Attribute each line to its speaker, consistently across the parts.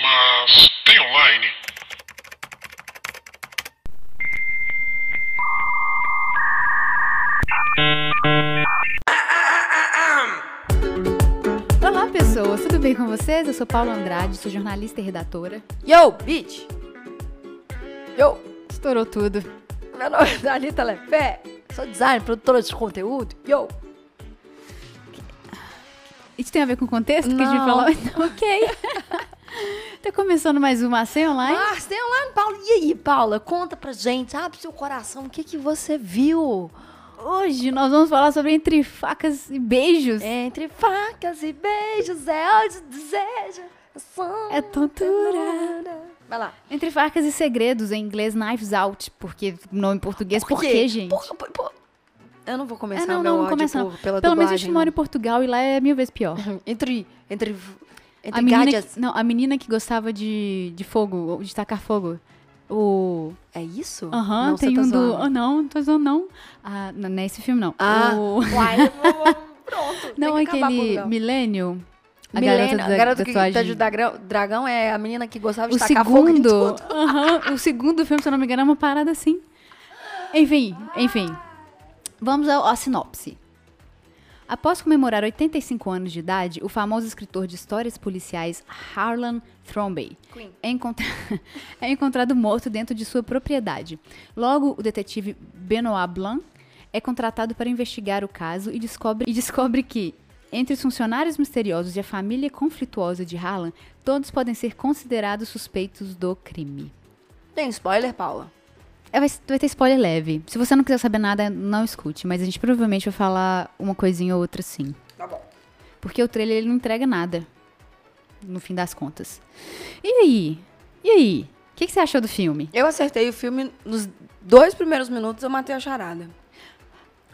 Speaker 1: mas tem online.
Speaker 2: Olá, pessoas, tudo bem com vocês? Eu sou Paula Andrade, sou jornalista e redatora.
Speaker 3: Yo, bitch! Yo,
Speaker 2: Estourou tudo.
Speaker 3: meu nome é Danita Lepé, sou designer, produtora de conteúdo. Yo!
Speaker 2: Isso tem a ver com o contexto que a gente
Speaker 3: Não.
Speaker 2: falou? Não, ok. tá começando mais uma Acém Online.
Speaker 3: Ah, você tem online, Paula. E aí, Paula, conta pra gente, abre seu coração, o que que você viu?
Speaker 2: Hoje nós vamos falar sobre entre facas e beijos.
Speaker 3: É, Entre facas e beijos, é onde deseja. São...
Speaker 2: É tontura.
Speaker 3: Vai lá.
Speaker 2: Entre facas e segredos, em inglês Knives Out, porque nome em português, por quê, gente?
Speaker 3: Por- por- por- Eu não vou começar
Speaker 2: É, não,
Speaker 3: meu
Speaker 2: não, não
Speaker 3: ódio
Speaker 2: começa não.
Speaker 3: por- pela
Speaker 2: Pelo menos a
Speaker 3: dublagem. né?
Speaker 2: gente mora em Portugal e lá é mil vezes pior.
Speaker 3: não. Entre, entre, entre
Speaker 2: a menina,
Speaker 3: gadgets.
Speaker 2: que, não, a menina que gostava de, de fogo, ou de tacar fogo. O.
Speaker 3: É isso?
Speaker 2: Aham,
Speaker 3: Não, você
Speaker 2: tem
Speaker 3: tá
Speaker 2: um do.
Speaker 3: zoando.
Speaker 2: Oh, não, não tô zoando, não. Ah, n- não é esse filme, não.
Speaker 3: Ah,
Speaker 2: O-
Speaker 3: uai, vou- pronto.
Speaker 2: Não, é
Speaker 3: tem que acabar
Speaker 2: aquele
Speaker 3: com o Portugal.
Speaker 2: Millennium. A
Speaker 3: Milena,
Speaker 2: garota da,
Speaker 3: a garota
Speaker 2: da
Speaker 3: que
Speaker 2: tatuagem.
Speaker 3: tá de dragão, dragão é a menina que gostava de
Speaker 2: O
Speaker 3: tacar fogo em
Speaker 2: segundo.
Speaker 3: tudo.
Speaker 2: aham, o segundo filme, se eu não me engano, é uma parada assim. Enfim, enfim. Vamos ao- à sinopse. Após comemorar 85 anos de idade, o famoso escritor de histórias policiais Harlan Thrombey
Speaker 3: Queen.
Speaker 2: é, encontra- é encontrado morto dentro de sua propriedade. Logo, o detetive Benoit Blanc é contratado para investigar o caso e descobre, e descobre que, entre os funcionários misteriosos e a família conflituosa de Harlan, todos podem ser considerados suspeitos do crime.
Speaker 3: Tem spoiler, Paula?
Speaker 2: É, Vai, vai ter spoiler leve. Se você não quiser saber nada, não escute. Mas a gente provavelmente vai falar uma coisinha ou outra sim.
Speaker 3: Tá bom.
Speaker 2: Porque o trailer ele não entrega nada. No fim das contas. E aí? E aí? O que, que você achou do filme?
Speaker 3: Eu acertei o filme nos dois primeiros minutos, eu matei a charada.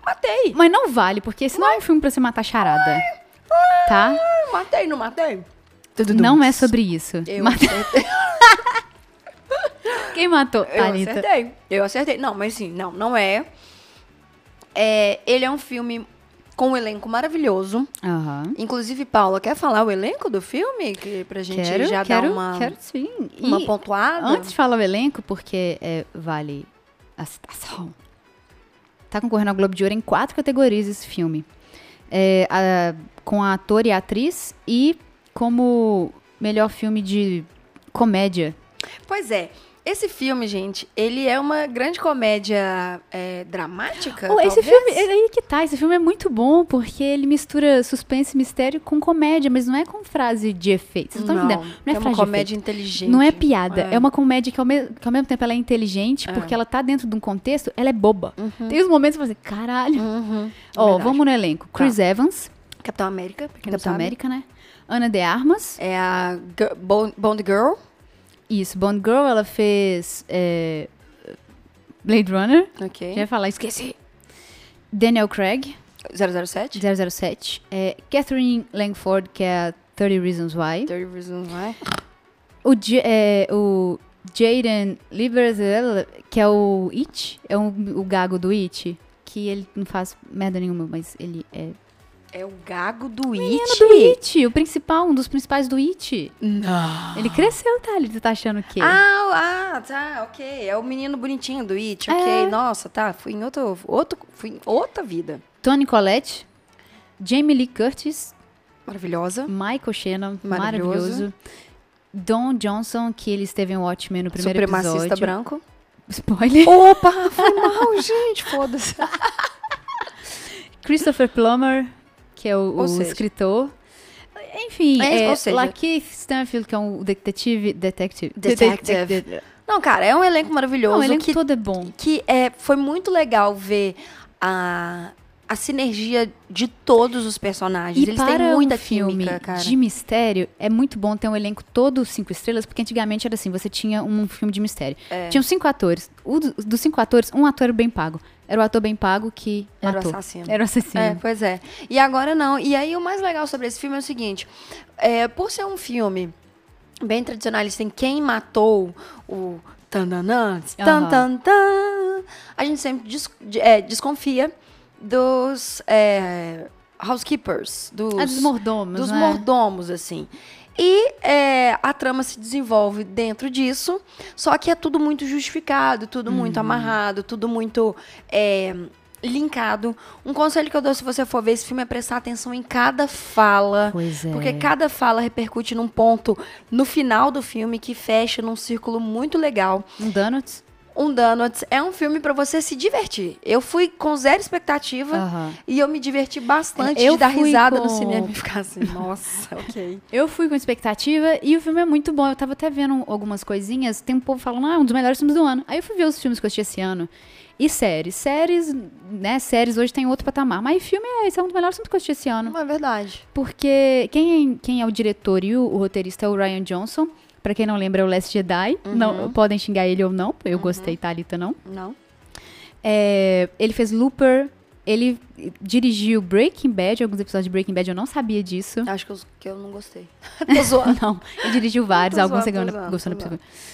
Speaker 3: Matei!
Speaker 2: Mas não vale, porque esse não é um filme pra você matar charada. Tá?
Speaker 3: Eu matei, não matei?
Speaker 2: Não é sobre isso.
Speaker 3: Eu
Speaker 2: Mas
Speaker 3: acertei.
Speaker 2: quem matou?
Speaker 3: Eu
Speaker 2: Thalita.
Speaker 3: acertei. Eu acertei. Não, mas sim, não, não é. É, Ele é um filme com um elenco maravilhoso.
Speaker 2: Aham.
Speaker 3: Inclusive, Paula, quer falar o elenco do filme? Que pra gente
Speaker 2: Quero,
Speaker 3: já dar
Speaker 2: quero,
Speaker 3: uma,
Speaker 2: quero sim. E
Speaker 3: uma pontuada?
Speaker 2: antes de falar o elenco, porque é, vale a citação. Tá concorrendo ao Globo de Ouro em quatro categorias esse filme. É, a- com a ator e a atriz e como melhor filme de comédia.
Speaker 3: Pois é. Esse filme, gente, ele é uma grande comédia é, dramática.
Speaker 2: Oh, esse
Speaker 3: talvez?
Speaker 2: filme, é aí que tá, esse filme é muito bom, porque ele mistura suspense e mistério com comédia, mas não é com frase de efeito. Vocês estão
Speaker 3: não,
Speaker 2: entendendo? Não é,
Speaker 3: é uma
Speaker 2: frase de efeito.
Speaker 3: comédia inteligente.
Speaker 2: Não é piada, é. uma comédia que ao, me- que ao mesmo tempo ela é inteligente, porque ela tá dentro de um contexto, ela é boba. Tem os momentos que você fala assim, caralho.
Speaker 3: Uhum,
Speaker 2: Ó,
Speaker 3: verdade.
Speaker 2: vamos no elenco. Chris Evans,
Speaker 3: Capitão América, pra quem não
Speaker 2: Capitão
Speaker 3: sabe.
Speaker 2: América, né? Ana de Armas.
Speaker 3: É a Gir- Bond, Bond Girl.
Speaker 2: Isso, Bond Girl, ela fez é, Blade Runner.
Speaker 3: Ok.
Speaker 2: Já ia falar, esqueci. Daniel Craig,
Speaker 3: 007.
Speaker 2: 007. É, Catherine Langford, que é a 30 Reasons Why.
Speaker 3: Dirty é? Reasons Why.
Speaker 2: O, J- é, o Jaden Liberzel, que é o It, é um- o gago do It, que ele não faz merda nenhuma, mas ele é.
Speaker 3: É o gago é do
Speaker 2: Do
Speaker 3: It.
Speaker 2: It, o principal, um dos principais do It.
Speaker 3: Não.
Speaker 2: Ele cresceu, tá? Você tá achando o quê?
Speaker 3: Ah, ah, tá, ok. É o menino bonitinho do It, ok.
Speaker 2: É.
Speaker 3: Nossa, tá. Fui em outro, outro, fui em outra vida.
Speaker 2: Tony Collette, Jamie Lee Curtis,
Speaker 3: Maravilhosa.
Speaker 2: Michael Shannon, maravilhoso.
Speaker 3: Maravilhoso.
Speaker 2: Don Johnson, que ele esteve em Watchmen no primeiro
Speaker 3: Supremacista
Speaker 2: episódio.
Speaker 3: branco.
Speaker 2: Spoiler.
Speaker 3: Opa, foi mal, gente, foda-se.
Speaker 2: Christopher Plummer, que é o,
Speaker 3: Ou
Speaker 2: o
Speaker 3: seja-
Speaker 2: escritor. Enfim,
Speaker 3: É,
Speaker 2: é,
Speaker 3: ou seja-
Speaker 2: Lakeith Stanfield, que é um detetive. Detective.
Speaker 3: Detective.
Speaker 2: Detec-
Speaker 3: Não, cara, é um elenco maravilhoso
Speaker 2: Não, ele
Speaker 3: que,
Speaker 2: todo é bom.
Speaker 3: que é, foi muito legal ver a, a sinergia de todos os personagens.
Speaker 2: E
Speaker 3: Eles
Speaker 2: para
Speaker 3: têm muita
Speaker 2: um filme
Speaker 3: química, cara.
Speaker 2: de mistério, é muito bom ter um elenco todo cinco estrelas, porque antigamente era assim, você tinha um filme de mistério.
Speaker 3: É.
Speaker 2: Tinham cinco atores. O do- dos cinco atores, um ator era bem pago. Era o ator bem pago que
Speaker 3: Era o
Speaker 2: matou.
Speaker 3: assassino.
Speaker 2: Era o assassino.
Speaker 3: É, pois é. E agora não. E aí o mais legal sobre esse filme é o seguinte: é, por ser um filme bem tradicionalista em quem matou o tananã, tan,
Speaker 2: Aham.
Speaker 3: tan, tan, a gente sempre des- de- é, desconfia dos é, housekeepers, dos,
Speaker 2: Ah, dos mordomos,
Speaker 3: dos
Speaker 2: né?
Speaker 4: é.
Speaker 3: mordomos, assim. E é, a trama se desenvolve dentro disso, só que é tudo muito justificado, tudo muito
Speaker 4: Uhum.
Speaker 3: amarrado, tudo muito é, linkado. Um conselho que eu dou se você for ver esse filme é prestar atenção em cada fala.
Speaker 4: Pois é.
Speaker 3: Porque cada fala repercute num ponto no final do filme que fecha num círculo muito legal.
Speaker 2: Um donuts?
Speaker 3: Um Donuts é um filme pra você se divertir. Eu fui com zero expectativa
Speaker 4: Aham.
Speaker 3: e eu me diverti bastante
Speaker 2: Eu
Speaker 3: de dar
Speaker 2: fui
Speaker 3: risada no
Speaker 2: com-
Speaker 3: cinema e ficar assim, nossa, ok.
Speaker 2: Eu fui com expectativa e o filme é muito bom. Eu tava até vendo algumas coisinhas. Tem um povo falando, ah, um dos melhores filmes do ano. Aí eu fui ver os filmes que eu assisti esse ano. E séries. Séries, né? Séries hoje tem outro patamar. Mas filme é esse, é um dos melhores filmes que eu assisti esse ano.
Speaker 3: Não é verdade.
Speaker 2: Porque quem é, quem é o diretor e o, o roteirista é o Ryan Johnson. Pra quem não lembra, é o Last Jedi. Não, podem xingar ele ou não. Eu gostei, tá, Thalita não.
Speaker 3: Não.
Speaker 2: É, ele fez Looper. Ele dirigiu Breaking Bad. Alguns episódios de Breaking Bad eu não sabia disso.
Speaker 3: Acho que eu, que eu não gostei. Tô zoando.
Speaker 2: Não, ele dirigiu vários,
Speaker 3: Tô
Speaker 2: alguns
Speaker 3: zoando,
Speaker 2: você
Speaker 3: tô
Speaker 2: ganhou-
Speaker 3: zoando,
Speaker 2: gostou no
Speaker 3: tô zoando.
Speaker 2: episódio.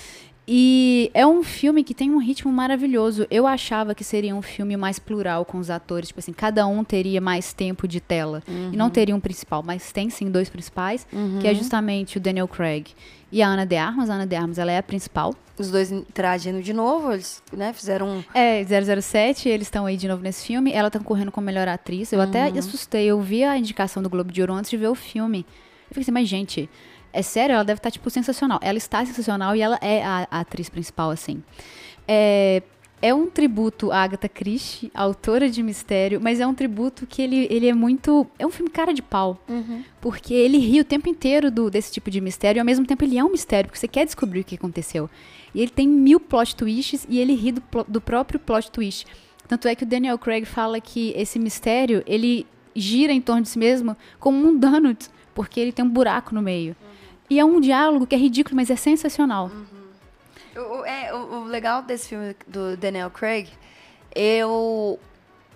Speaker 2: E é um filme que tem um ritmo maravilhoso. Eu achava que seria um filme mais plural com os atores, tipo assim, cada um teria mais tempo de tela e
Speaker 3: Uhum.
Speaker 2: não teria um principal, mas tem sim dois principais, que é justamente o Daniel Craig e a Ana de Armas. A Ana de Armas, ela é a principal.
Speaker 3: Os dois interagindo de novo, eles né, fizeram um.
Speaker 2: É, 007, eles estão aí de novo nesse filme. Ela tá concorrendo como melhor atriz. Eu até assustei, eu vi a indicação do Globo de Ouro antes de ver o filme. Eu fiquei assim, mas gente, é sério? Ela deve estar, tipo, sensacional. Ela está sensacional e ela é a, a atriz principal, assim. É, é um tributo à Agatha Christie, autora de mistério, mas é um tributo que ele, ele é muito... É um filme cara de pau. Porque ele ri o tempo inteiro do, desse tipo de mistério e ao mesmo tempo ele é um mistério, porque você quer descobrir o que aconteceu. E ele tem mil plot twists e ele ri do, plo- do próprio plot twist. Tanto é que o Daniel Craig fala que esse mistério, ele gira em torno de si mesmo como um donut, porque ele tem um buraco no meio. E é um diálogo que é ridículo, mas é sensacional.
Speaker 3: O, o- é, o, o legal desse filme do Daniel Craig, eu.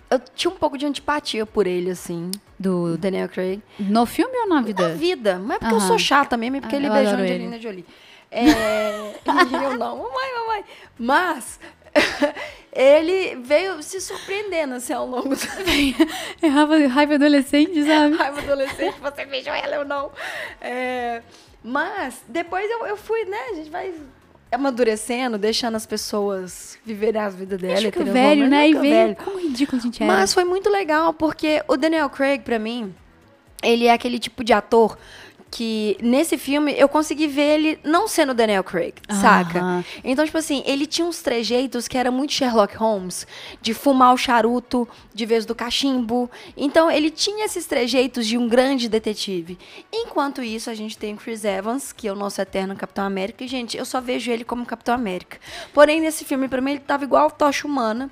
Speaker 3: Eu tinha um pouco de antipatia por ele, assim.
Speaker 2: Do,
Speaker 3: O Daniel Craig.
Speaker 2: no filme ou na vida?
Speaker 3: Da vida. Mas é porque eu
Speaker 2: Aham.
Speaker 3: sou chata mesmo, é porque
Speaker 2: Ah,
Speaker 3: ele
Speaker 2: eu
Speaker 3: beijou a
Speaker 2: adoro ele.
Speaker 3: Angelina Jolie. É, e eu não, mamãe, mamãe. Mas ele veio se surpreendendo assim ao longo do
Speaker 2: É raiva, raiva adolescente, sabe?
Speaker 3: raiva adolescente, você beijou ela ou não. É, mas depois eu, eu fui, né? A gente vai amadurecendo, deixando as pessoas viverem as vidas dela.
Speaker 2: Acho que o
Speaker 3: entendeu?
Speaker 2: velho,
Speaker 3: Mas
Speaker 2: né? E
Speaker 3: nunca
Speaker 2: vê
Speaker 3: velho.
Speaker 2: como ridículo a gente é.
Speaker 3: Mas foi muito legal, porque o Daniel Craig, pra mim, ele é aquele tipo de ator que, nesse filme, eu consegui ver ele não sendo o Daniel Craig, saca?
Speaker 2: Aham.
Speaker 3: Então, tipo assim, ele tinha uns trejeitos que era muito Sherlock Holmes, de fumar o charuto de vez do cachimbo. Então, ele tinha esses trejeitos de um grande detetive. Enquanto isso, a gente tem o Chris Evans, que é o nosso eterno Capitão América. E, gente, eu só vejo ele como Capitão América. Porém, nesse filme, pra mim, ele tava igual o Tocha Humana.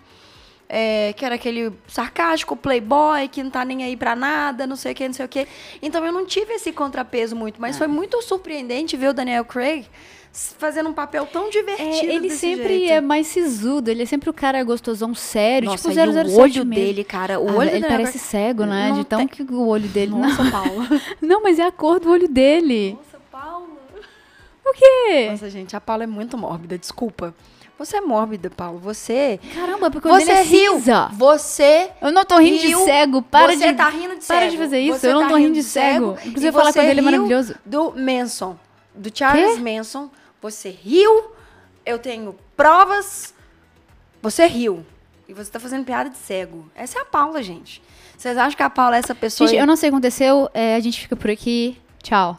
Speaker 3: É, que era aquele sarcástico, playboy, que não tá nem aí pra nada, não sei o que, não sei o que. Então eu não tive esse contrapeso muito, mas foi muito surpreendente ver o Daniel Craig s- fazendo um papel tão divertido.
Speaker 2: É, ele
Speaker 3: desse
Speaker 2: sempre
Speaker 3: jeito.
Speaker 2: é mais sisudo, ele é sempre o cara gostosão sério,
Speaker 3: Nossa,
Speaker 2: tipo 007
Speaker 3: e o olho
Speaker 2: mesmo.
Speaker 3: dele, cara, o
Speaker 2: Ah,
Speaker 3: olho do
Speaker 2: ele
Speaker 3: Daniel
Speaker 2: parece cego, né?
Speaker 3: Não
Speaker 2: de tão
Speaker 3: tem-
Speaker 2: que o olho dele.
Speaker 3: Craig... Nossa, Paula.
Speaker 2: Não, não, mas é a cor do olho dele.
Speaker 3: Nossa, Paula.
Speaker 2: O quê?
Speaker 3: Nossa, gente, a Paula é muito mórbida, desculpa. Você é mórbida, Paula. Você.
Speaker 2: Caramba, porque o olho
Speaker 3: Você
Speaker 2: dele é
Speaker 3: riu.
Speaker 2: cinza.
Speaker 3: Ah, Você
Speaker 2: Eu não tô rindo de
Speaker 3: Riu.
Speaker 2: cego, para
Speaker 3: você
Speaker 2: de.
Speaker 3: tá rindo de
Speaker 2: para
Speaker 3: cego.
Speaker 2: de fazer isso,
Speaker 3: Você
Speaker 2: eu não
Speaker 3: tá
Speaker 2: tô rindo de cego. Inclusive,
Speaker 3: e
Speaker 2: eu falar
Speaker 3: você
Speaker 2: com ele é
Speaker 3: riu
Speaker 2: maravilhoso.
Speaker 3: Do Manson. Do Charles Manson. Você riu. Eu tenho provas. Você riu. E você tá fazendo piada de cego. Essa é a Paula, gente. Vocês acham que a Paula é essa pessoa?
Speaker 2: Gente, eu não sei o que aconteceu, é, a gente fica por aqui. Tchau.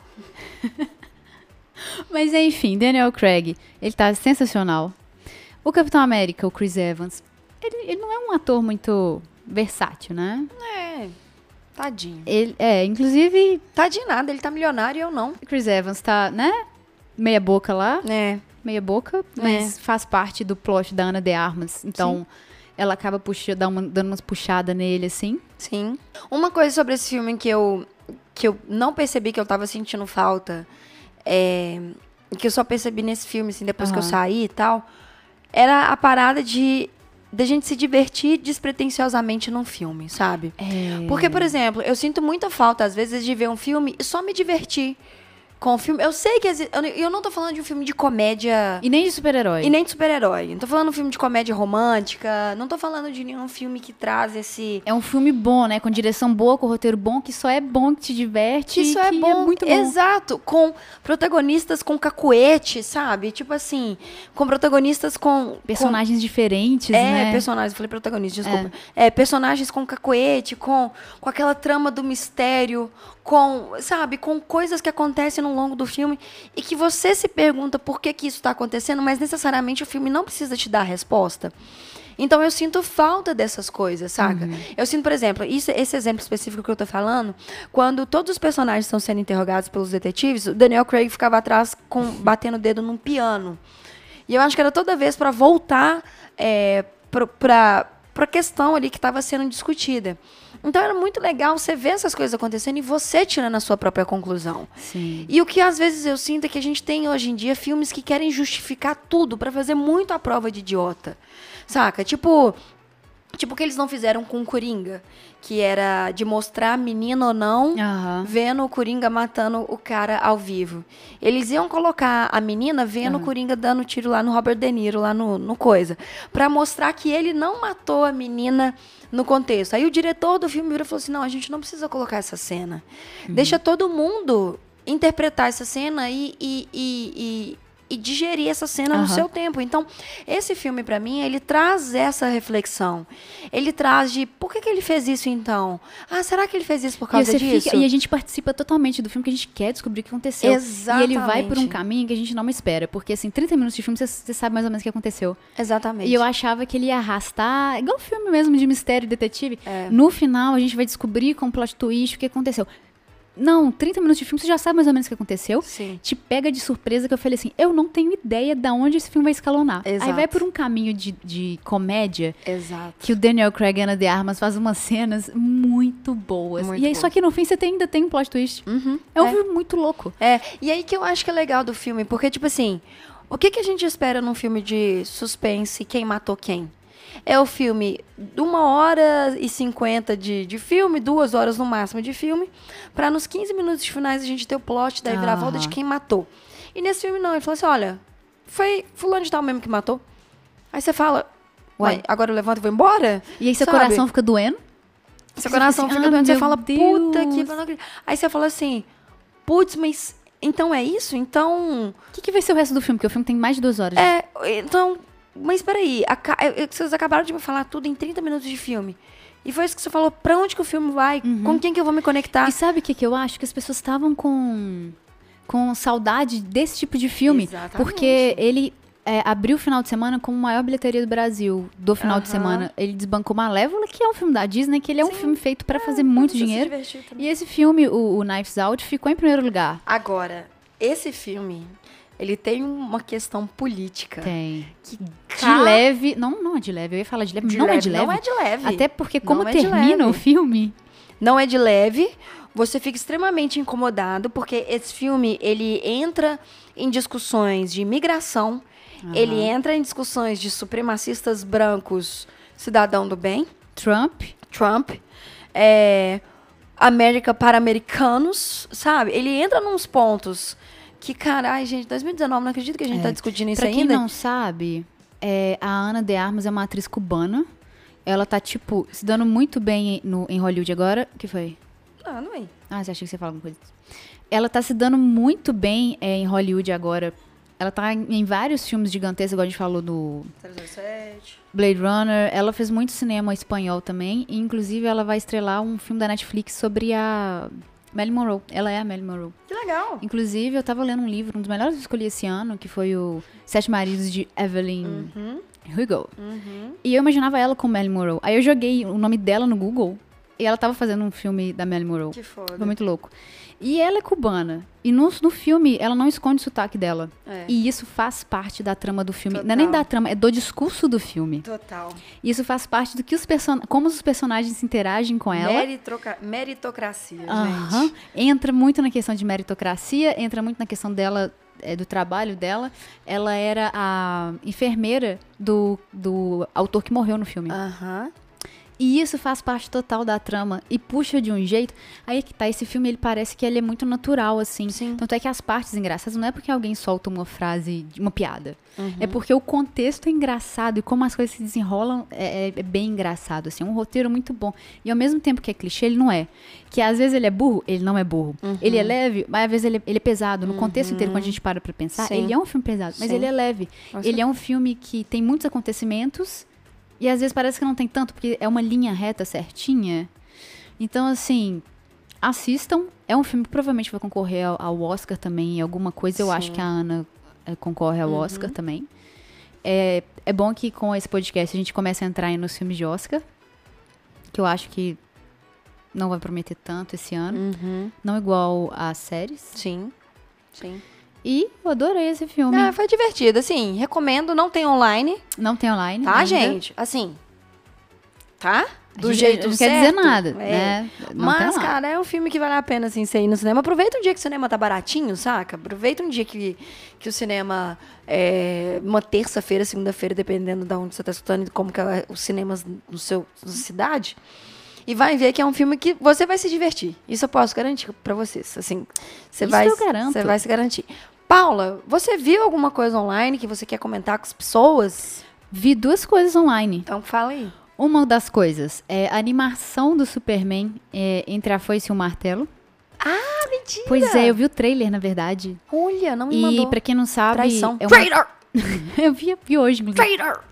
Speaker 2: Mas enfim, Daniel Craig, ele tá sensacional. O Capitão América, o Chris Evans, ele, ele não é um ator muito versátil, né?
Speaker 3: É. Tadinho.
Speaker 2: Ele, é, inclusive,
Speaker 3: Tadinho nada, ele tá milionário e eu não.
Speaker 2: Chris Evans tá, né? Meia boca lá,
Speaker 3: É.
Speaker 2: meia boca, mas faz parte do plot da Ana de Armas. Então, ela acaba puxa, dá uma- dando umas puxadas nele, assim.
Speaker 3: Sim. Uma coisa sobre esse filme que eu, que eu não percebi que eu tava sentindo falta, é, que eu só percebi nesse filme, assim, depois que eu
Speaker 2: Aham.
Speaker 3: saí e tal, era a parada de da gente se divertir despretensiosamente num filme, É. sabe? Porque, por exemplo, eu sinto muita falta, às vezes, de ver um filme e só me divertir. com filme. Eu sei que exi- eu, eu não tô falando de um filme de comédia
Speaker 2: E nem de super-herói.
Speaker 3: e nem de super-herói. Não tô falando de um filme de comédia romântica, não tô falando de nenhum filme que traz esse
Speaker 2: É um filme bom, né? Com direção boa, com roteiro bom, que só é bom, que te diverte.
Speaker 3: Isso
Speaker 2: e
Speaker 3: é
Speaker 2: que
Speaker 3: bom,
Speaker 2: é muito bom.
Speaker 3: Exato, com protagonistas com cacuete, sabe? Tipo assim, com protagonistas com com-
Speaker 2: Personagens diferentes,
Speaker 3: é,
Speaker 2: né?
Speaker 3: personagens, falei protagonistas, desculpa. É. personagens com cacoete, com, com aquela trama do mistério, com, sabe, com coisas que acontecem no longo do filme e que você se pergunta por que, que isso está acontecendo, mas necessariamente o filme não precisa te dar a resposta. Então eu sinto falta dessas coisas, saca? Eu sinto, por exemplo, isso- esse exemplo específico que eu tô falando, quando todos os personagens estão sendo interrogados pelos detetives, o Daniel Craig ficava atrás com batendo o dedo num piano. E eu acho que era toda vez para voltar é, para a questão ali que estava sendo discutida. Então era muito legal você ver essas coisas acontecendo e você tirando a sua própria conclusão.
Speaker 2: Sim.
Speaker 3: E o que às vezes eu sinto é que a gente tem hoje em dia filmes que querem justificar tudo pra fazer muito a prova de idiota. Saca? Tipo. Tipo o que eles não fizeram com o Coringa, que era de mostrar menino ou não
Speaker 2: Aham.
Speaker 3: vendo o Coringa matando o cara ao vivo. Eles iam colocar a menina vendo o
Speaker 2: Aham.
Speaker 3: Coringa dando tiro lá no Robert De Niro, lá no, no coisa. Pra mostrar que ele não matou a menina no contexto. Aí o diretor do filme virou e falou assim: não, a gente não precisa colocar essa cena.
Speaker 2: Uhum.
Speaker 3: Deixa todo mundo interpretar essa cena e. e- e- e- e digerir essa cena no
Speaker 2: Aham.
Speaker 3: seu tempo. Então, esse filme, pra mim, ele traz essa reflexão. Ele traz de por que, que ele fez isso então? Ah, será que ele fez isso por
Speaker 2: E,
Speaker 3: causa
Speaker 2: você
Speaker 3: disso?
Speaker 2: fica, e a gente participa totalmente do filme que a gente quer descobrir o que aconteceu.
Speaker 3: Exatamente.
Speaker 2: E ele vai por um caminho que a gente não espera. Porque, assim, 30 minutos de filme, você- você sabe mais ou menos o que aconteceu.
Speaker 3: Exatamente.
Speaker 2: E eu achava que ele ia arrastar, igual filme mesmo de mistério e detetive.
Speaker 3: É.
Speaker 2: No final, a gente vai descobrir com um plot twist o que aconteceu. Não, 30 minutos de filme, você já sabe mais ou menos o que aconteceu.
Speaker 3: Sim.
Speaker 2: Te pega de surpresa que eu falei assim, eu não tenho ideia de onde esse filme vai escalonar. Aí
Speaker 3: Exato.
Speaker 2: vai por um caminho de, de comédia
Speaker 3: Exato.
Speaker 2: que o Daniel Craig e Ana de Armas faz umas cenas muito boas.
Speaker 3: Muito
Speaker 2: e aí,
Speaker 3: boas.
Speaker 2: só que no fim você tem- ainda tem um plot twist. É um
Speaker 3: é.
Speaker 2: filme muito louco.
Speaker 3: É, e aí que eu acho que é legal do filme, porque, tipo assim, o que, que a gente espera num filme de suspense, quem matou quem? É o filme de uma hora e cinquenta de, de filme, duas horas no máximo de filme, pra nos 15 minutos finais a gente ter o plot da reviravolta de
Speaker 2: Aham.
Speaker 3: quem matou. E nesse filme não, ele falou assim, olha, foi fulano de tal mesmo que matou. Aí você fala,
Speaker 2: Ué.
Speaker 3: ué, agora eu levanto e vou embora?
Speaker 2: E aí seu
Speaker 3: Sabe?
Speaker 2: coração fica doendo.
Speaker 3: Seu
Speaker 2: Você fica
Speaker 3: coração
Speaker 2: assim,
Speaker 3: fica
Speaker 2: "Ah,
Speaker 3: doendo, você
Speaker 2: meu
Speaker 3: fala, puta que.
Speaker 2: Deus."
Speaker 3: eu não acredito." Aí você fala assim, putz, mas então é isso? Então.
Speaker 2: O que, que vai ser o resto do filme? Porque o filme tem mais de duas horas.
Speaker 3: É, então. Mas peraí, aca- eu- eu- vocês acabaram de me falar tudo em 30 minutos de filme. E foi isso que você falou, pra onde que o filme vai?
Speaker 2: Uhum.
Speaker 3: Com quem que eu vou me conectar?
Speaker 2: E sabe o que, que eu acho? Que as pessoas estavam com, com saudade desse tipo de filme.
Speaker 3: Exatamente.
Speaker 2: Porque ele é, abriu o final de semana com a maior bilheteria do Brasil, do final de
Speaker 3: Aham.
Speaker 2: semana. Ele desbancou Malévola, que é um filme da Disney, que ele é um filme feito pra fazer muito
Speaker 3: Você então, se
Speaker 2: dinheiro.
Speaker 3: divertiu também.
Speaker 2: E esse filme, o, o Knives Out, ficou em primeiro lugar.
Speaker 3: Agora, esse filme, ele tem uma questão política.
Speaker 2: Tem.
Speaker 3: Que
Speaker 2: De leve. Não, não é de leve. Eu ia falar de leve.
Speaker 3: Tá. de
Speaker 2: não é
Speaker 3: leve,
Speaker 2: de leve.
Speaker 3: Não é de leve.
Speaker 2: Até porque como
Speaker 3: Não é de
Speaker 2: termina
Speaker 3: leve.
Speaker 2: o filme.
Speaker 3: não é de leve. Você fica extremamente incomodado porque esse filme ele entra em discussões de imigração, ele entra em discussões de supremacistas brancos, cidadão do bem,
Speaker 2: Trump.
Speaker 3: Trump, é, América para americanos, sabe? Ele entra nos pontos que caralho, gente, 2019, não acredito que a gente tá discutindo isso
Speaker 2: É, pra quem
Speaker 3: ainda.
Speaker 2: não sabe, é, a Ana de Armas é uma atriz cubana. Ela tá, tipo, se dando muito bem no, em Hollywood agora. O que foi?
Speaker 3: Ah, não é.
Speaker 2: Ah, você achei que você ia falar alguma coisa. Ela tá se dando muito bem é, em Hollywood agora. Ela tá em, em vários filmes gigantescos, igual a gente falou do
Speaker 3: 307.
Speaker 2: Blade Runner. Ela fez muito cinema espanhol também. E, inclusive, ela vai estrelar um filme da Netflix sobre a Marilyn Monroe. Ela é a Marilyn Monroe.
Speaker 3: Que legal.
Speaker 2: Inclusive, eu tava lendo um livro, um dos melhores que eu escolhi esse ano, que foi o Sete Maridos de Evelyn
Speaker 3: Uhum.
Speaker 2: Hugo. E eu imaginava ela como Marilyn Monroe. Aí eu joguei o nome dela no Google e ela tava fazendo um filme da Marilyn Monroe.
Speaker 3: Que foda.
Speaker 2: Foi muito louco. E ela é cubana. E no, no filme, ela não esconde o sotaque dela.
Speaker 3: É.
Speaker 2: E isso faz parte da trama do filme. Não é
Speaker 3: Total.
Speaker 2: nem da trama, é do discurso do filme.
Speaker 3: Total.
Speaker 2: E isso faz parte do que os person como os personagens interagem com ela.
Speaker 3: Meritroca- Meritocracia,
Speaker 2: Aham.
Speaker 3: gente.
Speaker 2: Entra muito na questão de meritocracia, entra muito na questão dela, é, do trabalho dela. Ela era a enfermeira do, do autor que morreu no filme.
Speaker 3: Aham.
Speaker 2: E isso faz parte total da trama e puxa de um jeito. Aí que tá, esse filme ele parece que ele é muito natural, assim.
Speaker 3: Sim.
Speaker 2: Tanto é que as partes engraçadas não é porque alguém solta uma frase, uma piada.
Speaker 3: Uhum.
Speaker 2: É porque o contexto é engraçado e como as coisas se desenrolam é, é- é bem engraçado, assim. É um roteiro muito bom. E ao mesmo tempo que é clichê, ele não é. Que às vezes ele é burro, ele não é burro.
Speaker 3: Uhum.
Speaker 2: Ele é leve, mas às vezes ele é, ele é pesado. No contexto inteiro, quando a gente para pra pensar,
Speaker 3: Sim.
Speaker 2: ele é um filme pesado, mas
Speaker 3: Sim.
Speaker 2: ele é leve.
Speaker 3: Com
Speaker 2: ele é um filme que tem muitos acontecimentos e às vezes parece que não tem tanto, porque é uma linha reta certinha. Então, assim, assistam. É um filme que provavelmente vai concorrer ao, ao Oscar também, em alguma coisa. Eu acho
Speaker 3: Sim. Uhum.
Speaker 2: que a Ana eh, concorre ao Oscar também. É, é bom que com esse podcast a gente comece a entrar aí nos filmes de Oscar, que eu acho que não vai prometer tanto esse ano.
Speaker 3: Uhum.
Speaker 2: Não igual às séries.
Speaker 3: Sim. Sim.
Speaker 2: E eu adorei esse filme.
Speaker 3: Ah, foi divertido, assim, recomendo, não tem online,
Speaker 2: Não tem online.
Speaker 3: tá,
Speaker 2: ainda.
Speaker 3: gente? Assim, tá?
Speaker 2: A
Speaker 3: Do
Speaker 2: gente
Speaker 3: jeito
Speaker 2: não
Speaker 3: certo.
Speaker 2: quer dizer nada,
Speaker 3: é.
Speaker 2: né? Não tem
Speaker 3: Mas,
Speaker 2: lá.
Speaker 3: cara, é um filme que vale a pena, assim, você ir no cinema. Aproveita um dia que o cinema tá baratinho, saca? Aproveita um dia que, que o cinema é uma terça-feira, segunda-feira, dependendo de onde você tá escutando e como que é os cinemas no seu na sua cidade. E vai ver que é um filme que você vai se divertir. Isso eu posso garantir pra vocês. Assim, você
Speaker 2: Isso
Speaker 3: vai,
Speaker 2: eu garanto.
Speaker 3: Você vai se garantir. Paula, você viu alguma coisa online que você quer comentar com as pessoas?
Speaker 2: Vi duas coisas online.
Speaker 3: Então fala aí.
Speaker 2: Uma das coisas é a animação do Superman é, entre a foice e o martelo.
Speaker 3: Ah, mentira!
Speaker 2: Pois é, eu vi o trailer, na verdade.
Speaker 3: Olha, não me
Speaker 2: E
Speaker 3: mandou.
Speaker 2: pra quem não sabe,
Speaker 3: Traição.
Speaker 2: é uma...
Speaker 3: Traitor!
Speaker 2: eu vi, vi hoje, inclusive.
Speaker 3: Traitor!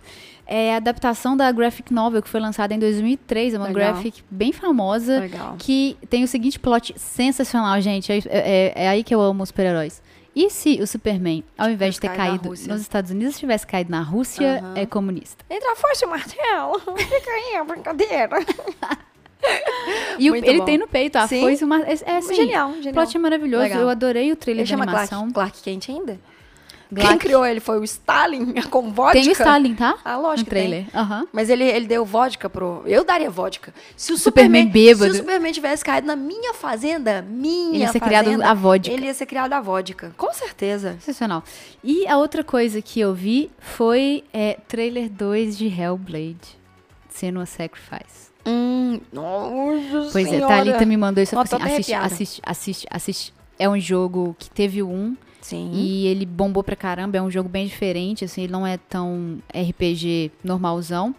Speaker 2: É a adaptação da graphic novel que foi lançada em 2003, é uma
Speaker 3: Legal.
Speaker 2: graphic bem famosa.
Speaker 3: Legal.
Speaker 2: que tem o seguinte plot sensacional, gente. É, é- é aí que eu amo os super-heróis. E se o Superman, ao invés de ter
Speaker 3: Tivesse caído na
Speaker 2: caído
Speaker 3: Rússia?
Speaker 2: nos Estados Unidos, tivesse caído na Rússia,
Speaker 3: Aham.
Speaker 2: é comunista.
Speaker 3: Entra a força e o martelo. Fica aí, a brincadeira.
Speaker 2: E o-
Speaker 3: Muito
Speaker 2: ele
Speaker 3: bom.
Speaker 2: tem no peito a
Speaker 3: Sim.
Speaker 2: foice, uma, é, é assim,
Speaker 3: Genial,
Speaker 2: O
Speaker 3: genial.
Speaker 2: plot é maravilhoso.
Speaker 3: Legal.
Speaker 2: Eu adorei o trailer
Speaker 3: Ele
Speaker 2: de
Speaker 3: chama
Speaker 2: animação.
Speaker 3: Clark, Clark Quente ainda? Quem
Speaker 2: Clark.
Speaker 3: criou ele foi o Stalin, com vodka?
Speaker 2: Tem o Stalin, tá?
Speaker 3: Ah,
Speaker 2: No
Speaker 3: lógico que tem.
Speaker 2: trailer. Aham.
Speaker 3: Mas ele, ele deu vodka pro... Eu daria vodka. Se o
Speaker 2: Superman
Speaker 3: Superman,
Speaker 2: bêbado.
Speaker 3: Se o Superman tivesse caído na minha fazenda, minha
Speaker 2: Ele ia ser
Speaker 3: fazenda,
Speaker 2: criado a vodka.
Speaker 3: Ele ia ser criado a vodka. Com certeza.
Speaker 2: Sensacional. E a outra coisa que eu vi foi é, trailer 2 de Hellblade, Senua Sacrifice.
Speaker 3: Hum, nossa
Speaker 2: Pois é,
Speaker 3: senhora.
Speaker 2: Thalita me mandou isso.
Speaker 3: Ó,
Speaker 2: ela
Speaker 3: tô
Speaker 2: falou
Speaker 3: até
Speaker 2: Assim, assiste,
Speaker 3: arrepiada.
Speaker 2: assiste, assiste, assiste. É um jogo que teve o 1
Speaker 3: Sim.
Speaker 2: e ele bombou pra caramba. É um jogo bem diferente, assim, ele não é tão RPG normalzão.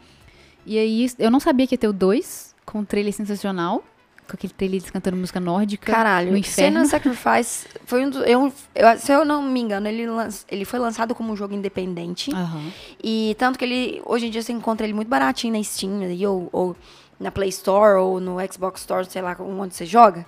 Speaker 2: E aí, eu não sabia que ia ter o 2, com um trailer sensacional, com aquele trailer eles cantando música nórdica.
Speaker 3: Caralho,
Speaker 2: no
Speaker 3: Senna
Speaker 2: inferno.
Speaker 3: Sacrifice foi um dos. Eu, eu- se eu não me engano, ele, lan- ele foi lançado como um jogo independente.
Speaker 2: Aham.
Speaker 3: E tanto que ele. Hoje em dia você encontra ele muito baratinho na Steam, aí, ou, ou na Play Store, ou no Xbox Store, sei lá onde você joga.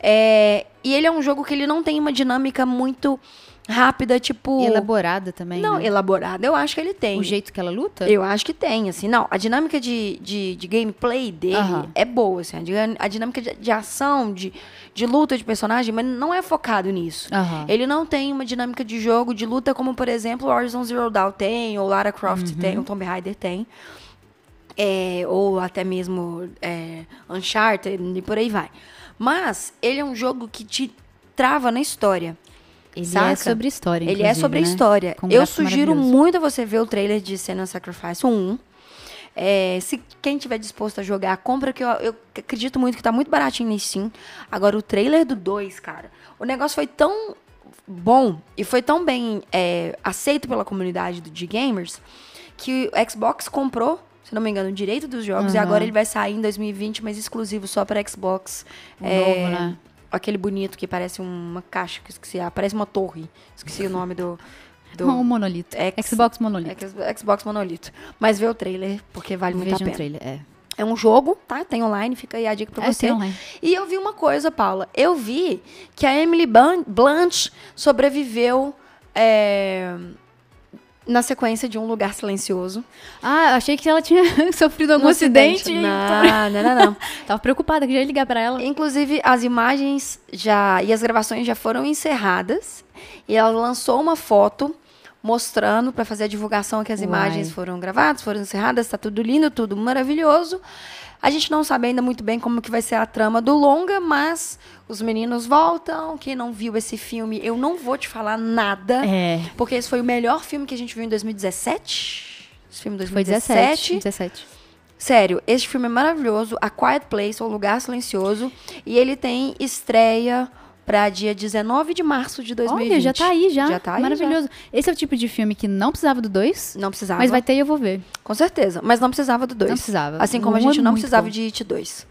Speaker 3: É, e ele é um jogo que ele não tem uma dinâmica muito rápida, tipo.
Speaker 2: E elaborada também.
Speaker 3: Não,
Speaker 2: né?
Speaker 3: elaborada. Eu acho que ele tem.
Speaker 2: O jeito que ela luta?
Speaker 3: Eu acho que tem, assim. Não, a dinâmica de, de, de gameplay dele
Speaker 2: Aham.
Speaker 3: é boa, assim. A, dinam- a dinâmica de, de ação, de, de luta de personagem, mas não é focado nisso.
Speaker 2: Aham.
Speaker 3: Ele não tem uma dinâmica de jogo, de luta, como, por exemplo, Horizon Zero Dawn tem, ou Lara Croft
Speaker 2: Uhum.
Speaker 3: tem, ou Tomb Raider tem. É, ou até mesmo é, Uncharted e por aí vai. Mas ele é um jogo que te trava na história.
Speaker 2: Ele é
Speaker 3: saca?
Speaker 2: sobre história,
Speaker 3: Ele é
Speaker 2: inclusive,
Speaker 3: sobre a
Speaker 2: né?
Speaker 3: história.
Speaker 2: Com um
Speaker 3: Eu
Speaker 2: gráfico
Speaker 3: sugiro
Speaker 2: maravilhoso.
Speaker 3: muito a você ver o trailer de Senna Sacrifice 1. É, se quem tiver disposto a jogar, compra, que eu, eu acredito muito que tá muito baratinho na Steam. Agora, o trailer do 2, cara, o negócio foi tão bom e foi tão bem é, aceito pela comunidade do de gamers que o Xbox comprou, se não me engano, o direito dos jogos e
Speaker 2: Aham.
Speaker 3: agora ele vai sair em 2020, mas exclusivo só para Xbox.
Speaker 2: O
Speaker 3: é,
Speaker 2: novo, né?
Speaker 3: Aquele bonito que parece uma caixa, que eu esqueci, ah, parece uma torre. Esqueci o nome do. do
Speaker 2: Um monolito.
Speaker 3: X-
Speaker 2: Xbox monolito.
Speaker 3: X- É Xbox Monolito. Mas vê o trailer, porque vale muito a
Speaker 2: Veja um
Speaker 3: pena.
Speaker 2: trailer, é.
Speaker 3: é um jogo, tá? Tem online, fica aí a dica pra
Speaker 2: É,
Speaker 3: você.
Speaker 2: tem online.
Speaker 3: E eu vi uma coisa, Paula. Eu vi que a Emily Bun- Blunt sobreviveu é, na sequência de Um Lugar Silencioso.
Speaker 2: Ah, achei que ela tinha sofrido algum
Speaker 3: Um
Speaker 2: acidente.
Speaker 3: Não, não, não, não.
Speaker 2: Tava preocupada que já ia ligar pra ela.
Speaker 3: Inclusive, as imagens já e as gravações já foram encerradas. E ela lançou uma foto mostrando para fazer a divulgação que as
Speaker 2: Uai.
Speaker 3: imagens foram gravadas, foram encerradas, tá tudo lindo, tudo maravilhoso. A gente não sabe ainda muito bem como que vai ser a trama do longa, mas os meninos voltam. Quem não viu esse filme, eu não vou te falar nada,
Speaker 2: É,
Speaker 3: porque esse foi o melhor filme que a gente viu em 2017. Esse filme
Speaker 2: foi
Speaker 3: 2017.
Speaker 2: 17. 17.
Speaker 3: Sério, este filme é maravilhoso. A Quiet Place, ou Lugar Silencioso. E ele tem estreia pra dia 19 de março de 2020.
Speaker 2: Olha, já tá aí já.
Speaker 3: Já tá aí,
Speaker 2: Maravilhoso. Esse é o tipo de filme que não precisava do 2,
Speaker 3: Não precisava.
Speaker 2: mas vai ter e eu vou ver.
Speaker 3: Com certeza. Mas não precisava do 2.
Speaker 2: Não precisava.
Speaker 3: Assim como a
Speaker 2: Um é
Speaker 3: gente não
Speaker 2: muito
Speaker 3: precisava
Speaker 2: bom.
Speaker 3: de It 2.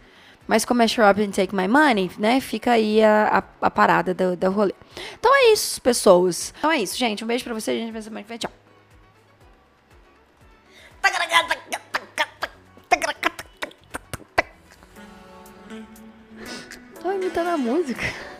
Speaker 3: Mas como é Shut Up and Take My Money, né? Fica aí a, a, a parada do, do rolê. Então é isso, pessoas. Então é isso, gente. Um beijo pra vocês. A gente vai semana que vem. Tchau. Tô imitando a tá música.